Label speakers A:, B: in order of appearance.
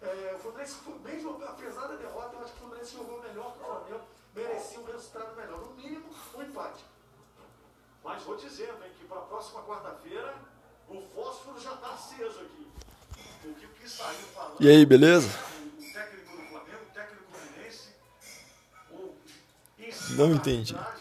A: É, Fluminense foi bem jogou, apesar da derrota, eu acho que o Fluminense jogou melhor que o Flamengo, merecia um resultado melhor. No mínimo, um empate.
B: Mas vou dizendo, hein, que para a próxima quarta-feira o fósforo já está aceso aqui. O que, o que saiu falando.
C: E aí, beleza?
B: O técnico do Flamengo, o técnico do Fluminense. O, em
C: Não
B: da
C: entendi.
B: arbitragem,